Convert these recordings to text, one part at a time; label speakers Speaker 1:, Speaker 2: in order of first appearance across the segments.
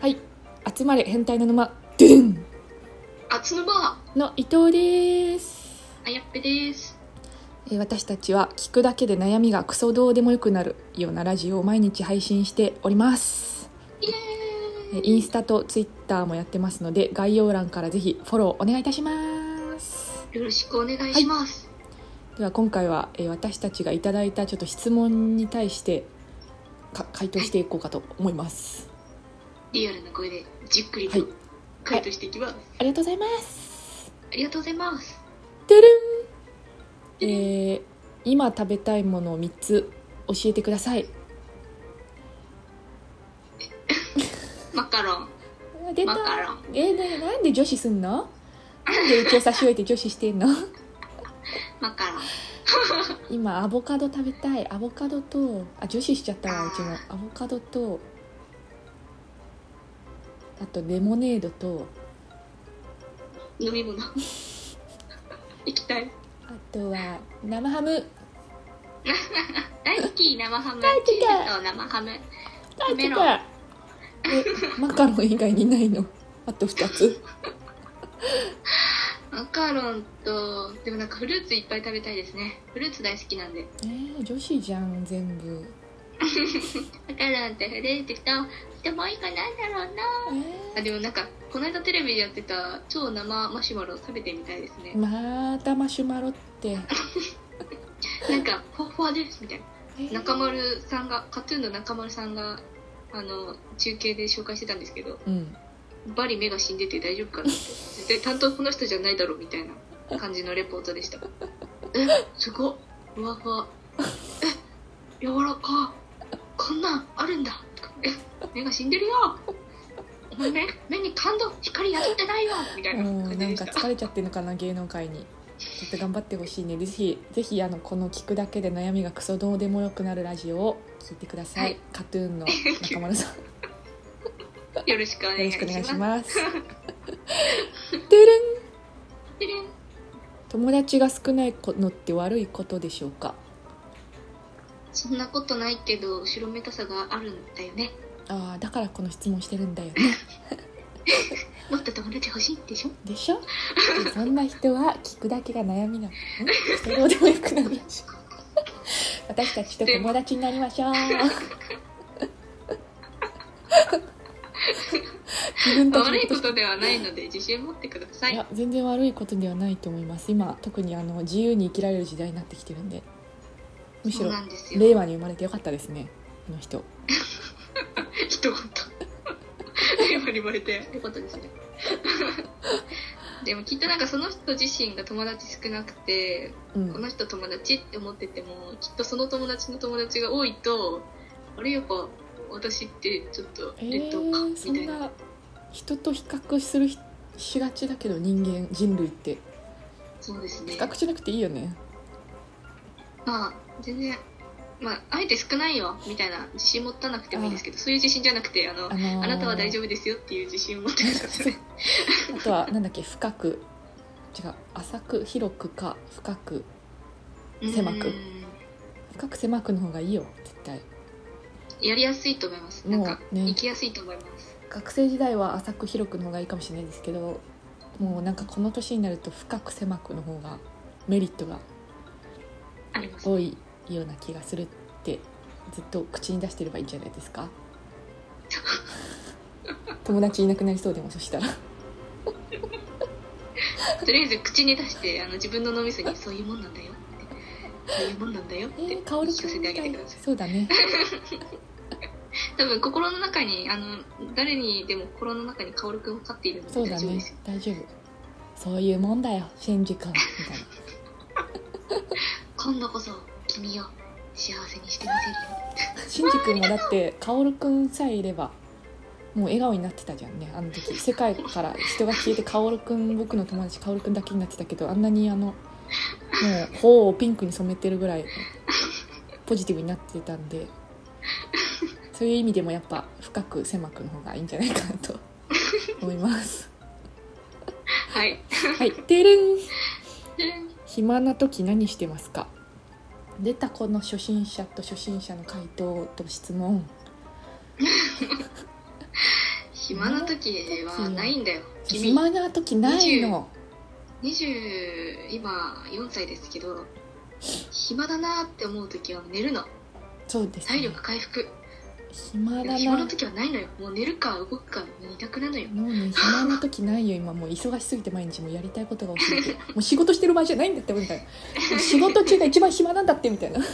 Speaker 1: はい集まれ変態の沼ドゥドゥン
Speaker 2: あつのば
Speaker 1: の伊藤です、
Speaker 2: あやっぺです
Speaker 1: えー私たちは聞くだけで悩みがクソどうでもよくなるようなラジオを毎日配信しております
Speaker 2: イエ
Speaker 1: え
Speaker 2: ー
Speaker 1: ー
Speaker 2: イ
Speaker 1: インスタとツイッターもやってますので概要欄からぜひフォローお願いいたします
Speaker 2: よろしくお願いします、
Speaker 1: では今回は、えー私たちがいただいたちょっと質問に対してか回答していこうかと思います
Speaker 2: リアルな声でじっくり
Speaker 1: はい
Speaker 2: と回答していきます、
Speaker 1: ありがとうございます
Speaker 2: ありがとうございます
Speaker 1: てるんえー今食べたいものを3つ教えてください
Speaker 2: マカロン
Speaker 1: あ出た
Speaker 2: マカロン
Speaker 1: えーななんで女子すんのなんでうちを差し置いて女子してんの
Speaker 2: マカロン
Speaker 1: 今アボカド食べたいアボカドとあ女子しちゃったわうちもアボカドとあとレモネードと
Speaker 2: 飲み 物行きたい
Speaker 1: あとは生ハム
Speaker 2: 大好き生ハム
Speaker 1: 大好き
Speaker 2: チーズと生ハム
Speaker 1: あ
Speaker 2: メ
Speaker 1: 違
Speaker 2: ロン
Speaker 1: うえマカロン以外にないのあと2つ
Speaker 2: マカロンとでもなんかフルーツいっぱい食べたいですねフルーツ大好きなんで
Speaker 1: えー、女子じゃん全部
Speaker 2: マカロンとフルーツとでもう一個なんだろうな
Speaker 1: えー
Speaker 2: あでもなんかこの間テレビでやってた超生マシュマロ食べてみたいですね
Speaker 1: またマシュマロって、
Speaker 2: なんかふわふわですみたい
Speaker 1: えー
Speaker 2: な中丸さんが KAT−TUN の中丸さんがあの中継で紹介してたんですけど
Speaker 1: うん
Speaker 2: バリ目が死んでて大丈夫かなって絶対担当この人じゃないだろうみたいな感じのレポートでしたえすごっふわふわえ柔らかこんなんあるんだとかえ目が死んでるよお前目目に感動光宿ってないよみたいな
Speaker 1: う ん
Speaker 2: 感じ
Speaker 1: なん
Speaker 2: で
Speaker 1: か
Speaker 2: した
Speaker 1: 疲れちゃってるのかな芸能界にちょっと頑張ってほしいねぜひぜひあのこの聞くだけで悩みがクソどうでもよくなるラジオを聞いてください、
Speaker 2: はい
Speaker 1: カトゥー ンの中村さんよ
Speaker 2: よろしくお願
Speaker 1: ろ
Speaker 2: い
Speaker 1: し
Speaker 2: し
Speaker 1: くお願いし
Speaker 2: ます
Speaker 1: ますてれん
Speaker 2: てれん
Speaker 1: 友達が少ないのって悪いことでしょうか
Speaker 2: そんなことないけど後ろめたさがあるんだよね
Speaker 1: ああだからこの質問してるんだよね
Speaker 2: もっと友達欲しいでしょ
Speaker 1: でしょそんな人は聞くだけが悩みなのどうでもよくなるらしい私たちと友達になりましょう自分たちの
Speaker 2: 悪いこ
Speaker 1: こと
Speaker 2: とではないので自信持ってくださ
Speaker 1: い
Speaker 2: い
Speaker 1: や全然悪いことではないと思います今特にあの自由に生きられる時代になってきてるんでむし
Speaker 2: そう
Speaker 1: ろ
Speaker 2: なんですよ
Speaker 1: 令和に生まれてよかったですねこの人
Speaker 2: 一言今言われてよかったですねでもきっとなんかその人自身が友達少なくて
Speaker 1: う
Speaker 2: こ
Speaker 1: ん
Speaker 2: の人友達って思っててもきっとその友達の友達が多いとあれやっぱ私ってちょっと
Speaker 1: え
Speaker 2: 劣等感
Speaker 1: ー、そ
Speaker 2: みた
Speaker 1: ん
Speaker 2: いな、
Speaker 1: な人と比較するひしがちだけど人間人類って
Speaker 2: そうですね
Speaker 1: 比較しなくていいよね
Speaker 2: まあ全然まああえて少ないよみたいな自信持たなくてもいいんですけどそういう自信じゃなくてあの、
Speaker 1: あのー
Speaker 2: あなたは大丈夫ですよっていう自信を持ってください
Speaker 1: あとはなんだっけ深く違う浅く広くか深く狭く
Speaker 2: うん
Speaker 1: 深く狭くの方がいいよ絶対
Speaker 2: やりやすいと思いますなんか
Speaker 1: も、うね
Speaker 2: 行きやすいと思います
Speaker 1: 学生時代は浅く広くの方がいいかもしれないですけどもうなんかこの年になると深く狭くの方がメリットが
Speaker 2: あります
Speaker 1: 多いような気がするってずっと口に出してればいいんじゃないです か友達いなくなりそうでもそしたら
Speaker 2: とりあえず口に出してあの自分の脳みそにそういうもんなんだよってそういうもんなんだよっ
Speaker 1: 「え
Speaker 2: て
Speaker 1: ー、
Speaker 2: 聞
Speaker 1: 薫
Speaker 2: か
Speaker 1: 君
Speaker 2: せ
Speaker 1: み
Speaker 2: てあげ
Speaker 1: た
Speaker 2: て
Speaker 1: い
Speaker 2: ください
Speaker 1: そうだね
Speaker 2: 多分心の中にあの誰にでも心の中に薫君を飼っているので
Speaker 1: そう
Speaker 2: 大
Speaker 1: だ
Speaker 2: 丈夫で
Speaker 1: ね
Speaker 2: すよ、
Speaker 1: 大丈夫そういうもんだよシェンジ君」みたいな
Speaker 2: 今度こそ君を幸せにしてみせ
Speaker 1: し
Speaker 2: るよ
Speaker 1: んじ君もだって薫君さえいればもう笑顔になってたじゃんねあの時世界から人が消えて薫君僕の友達薫君だけになってたけどあんなにあのもう頬をピンクに染めてるぐらいポジティブになってたんでそういう意味でもやっぱ深く狭くの方がいいんじゃないかなと思います
Speaker 2: はい
Speaker 1: はいてるん
Speaker 2: じゃん
Speaker 1: 暇な時何してますか出たこの初心者と初心者の回答と質問
Speaker 2: 暇時はないんだよ君
Speaker 1: 暇な時ないの
Speaker 2: 20今4歳ですけど暇だなって思う時は寝るの
Speaker 1: そうです、
Speaker 2: 体力回復
Speaker 1: 暇だ
Speaker 2: 暇
Speaker 1: な
Speaker 2: の時はないのよもう寝るか動くか二択なのよ
Speaker 1: もうね暇な時ないよ今もう忙しすぎて毎日もうやりたいことが多すぎてもう仕事してる場合じゃないんだってみたいな仕事中が一番暇なんだってみたいな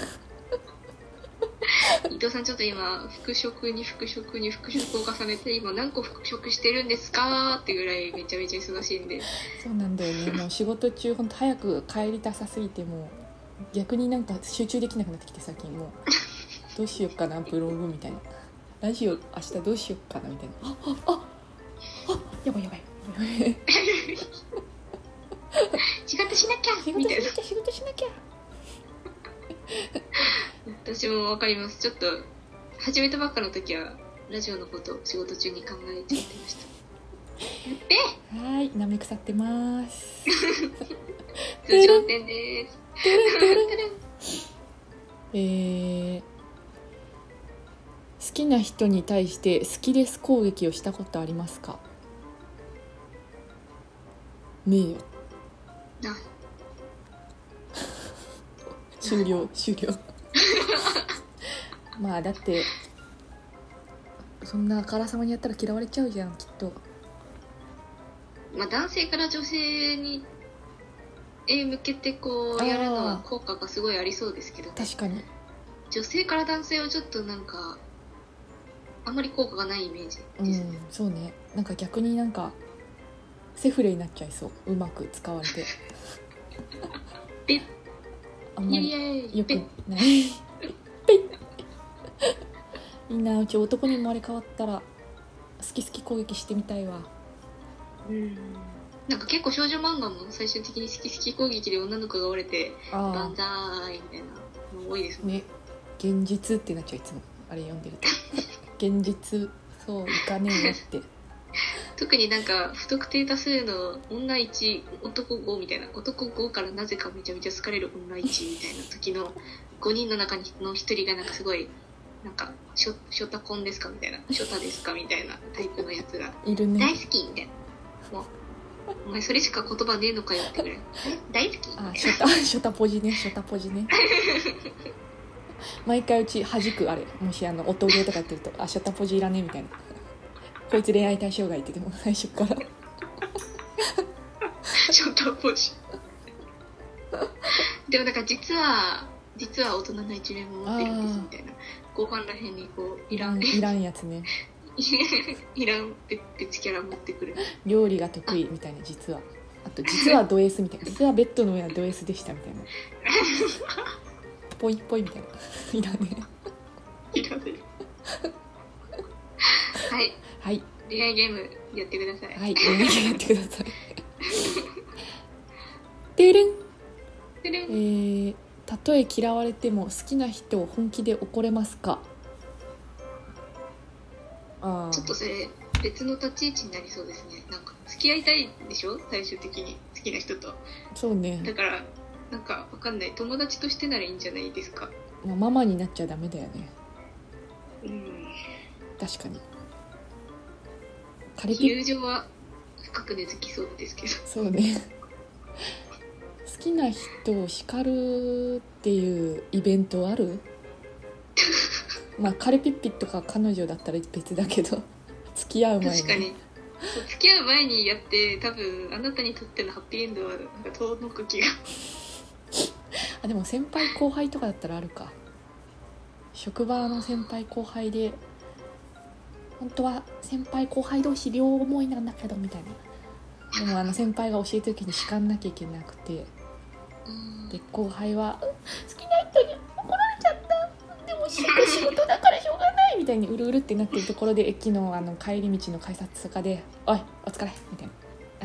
Speaker 2: 伊藤さんちょっと今復職に復職に復職を重ねて今何個復職してるんですかってぐらいめちゃめちゃ忙しいんで
Speaker 1: そうなんだよねもう仕事中ほんと早く帰りたさすぎてもう逆になんか集中できなくなってきて最近もうどうしようかなブログみたいなラジオ明日どうしようかなみたいなああああやばいやばい
Speaker 2: 仕事しなき
Speaker 1: 仕
Speaker 2: ゃみ
Speaker 1: 事
Speaker 2: たい
Speaker 1: し
Speaker 2: な
Speaker 1: なきゃ仕事しなきゃ
Speaker 2: 私もわかりますちょっと始めたばっかの時はラジオのことを仕事中に考えちゃって ました
Speaker 1: はーいなめ腐ってます
Speaker 2: 通常点です
Speaker 1: えー好きな人に対して好きです攻撃をしたことありますかねえよ
Speaker 2: な
Speaker 1: 終了終了 まあだってそんなあからさまにやったら嫌われちゃうじゃんきっと
Speaker 2: まあ、男性から女性にへ向けてこうやるのは効果がすごいありそうですけど
Speaker 1: 確かに
Speaker 2: 女性から男性はちょっとなんかあんまり効果がないイメージ
Speaker 1: う
Speaker 2: です
Speaker 1: ん
Speaker 2: ね、
Speaker 1: そうねなんか逆になんかセフレになっちゃいそううまく使われて
Speaker 2: ぺっ
Speaker 1: あん
Speaker 2: イ
Speaker 1: ま
Speaker 2: エ
Speaker 1: り
Speaker 2: イイエ
Speaker 1: よく
Speaker 2: イぺっ
Speaker 1: ないペイみんなうち男に生まれ変わったら好き好き攻撃してみたいわ
Speaker 2: うんなんか結構少女漫画も最終的に好き好き攻撃で女の子が折れてバ
Speaker 1: あ
Speaker 2: ンザーイみたいなの多いです
Speaker 1: あ
Speaker 2: もんね
Speaker 1: ね現実ってなっちゃういつもあれ読んでると現実そういかねえよって
Speaker 2: 特になんか不特定多数の女1男5みたいな男5からなぜかめちゃめちゃ好かれる女1みたいな時の5人の中にの1人がなんかすごいなんかショショタコンですかみたいなショタですかみたいなタイプのやつが
Speaker 1: いるね
Speaker 2: 大好きみたいなもうお前それしか言葉ねえのかよってぐらいえ大好きみたい
Speaker 1: あ
Speaker 2: な
Speaker 1: ショタ ショタポジねショタポジ ね毎回うち弾くあれもしあの音ゲーとかやってるとあショタポジいらねえみたいなこいつ恋愛対象外ってでも最初から
Speaker 2: ショタポジでもなんか実は実は大人の一面も持ってるんですみたいな後半らへんにこういらん
Speaker 1: いらんやつね
Speaker 2: いらん別別キャラ持ってくる
Speaker 1: 料理が得意みたいな実はあと実はド S みたいな実はベッドの上はド S でしたみたいなポイポイみたいないらね
Speaker 2: いらないはい
Speaker 1: はい
Speaker 2: 恋愛ゲームやってください、
Speaker 1: はい恋愛やってくだ さいてるん
Speaker 2: で
Speaker 1: えー、たとえ嫌われても好きな人を本気で怒れますかあ
Speaker 2: ちょっと
Speaker 1: ー
Speaker 2: それ別の立ち位置になりそうですねなんか付き合いたいんでしょ最終的に好きな人と
Speaker 1: そうね
Speaker 2: だ、からなんかわかんない友達としてならいいんじゃないですか
Speaker 1: まあ、ママになっちゃダメだよね
Speaker 2: うん
Speaker 1: 確かにカリピ
Speaker 2: 友情は深く根付きそうですけど
Speaker 1: そうね 好きな人を叱るっていうイベントあ るまあ彼ピッピとか彼女だったら別だけど 付き合う前
Speaker 2: 確かにそう付き合う前にやって多分あなたにとってのハッピーエンドはなんか遠のく気が
Speaker 1: あでも先輩後輩とかだったらあるか職場の先輩後輩で本当は先輩後輩同士両思いなんだけどみたいなでもあの先輩が教えた時に叱んなきゃいけなくて
Speaker 2: うん
Speaker 1: で後輩はうん「好きな人に怒られちゃったでも仕事仕事だからしょうがない」みたいにうるうるってなってるところで駅のあの帰り道の改札とかで「おいお疲れ」みたいな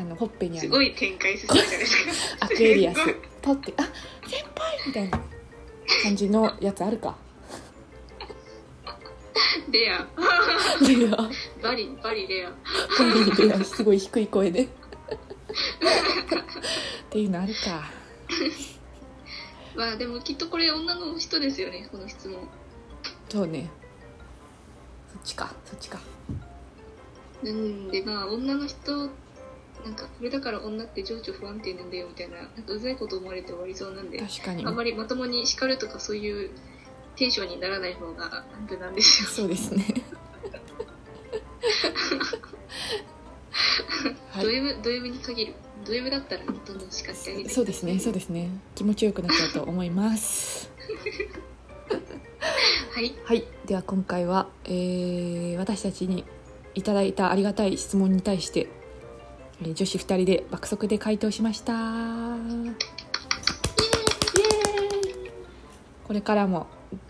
Speaker 1: あのほっぺにあ
Speaker 2: す
Speaker 1: の
Speaker 2: ごい展開進むじゃないですか。
Speaker 1: アクエリアス
Speaker 2: すごい
Speaker 1: パッて「あ先輩!」みたいな感じのやつあるか。
Speaker 2: レア。
Speaker 1: いや
Speaker 2: バリ、バリレア。
Speaker 1: いやすごい低い声 で。っていうのあるか。
Speaker 2: まあでもきっとこれ女の人ですよね、この質問。
Speaker 1: そうね。そっちかそっちか。
Speaker 2: うんでまあ女の人なんかこれだから女って情緒不安定なんだよみたいななんかうざいこと思われて終わりそうなんで
Speaker 1: 確かに
Speaker 2: あんまりまともに叱るとかそういうテンションにならない方が無難ですよ。
Speaker 1: そうですねは
Speaker 2: ド
Speaker 1: い
Speaker 2: M ド M に限るド M だったらどんどん叱ってあげて
Speaker 1: そうですねそうですね気持ちよくなっちゃうと思います
Speaker 2: はい
Speaker 1: はいでは今回は、えー私たちにいただいたありがたい質問に対してえー女子2人で爆速で回答しましたこれからも、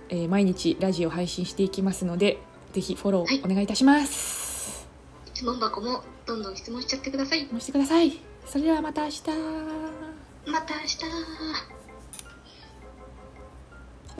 Speaker 1: えー毎日ラジオ配信していきますのでぜひフォローお願いいたします、
Speaker 2: 質問箱もどんどん質問しちゃってください
Speaker 1: 押してくださいそれではまた明日
Speaker 2: また明日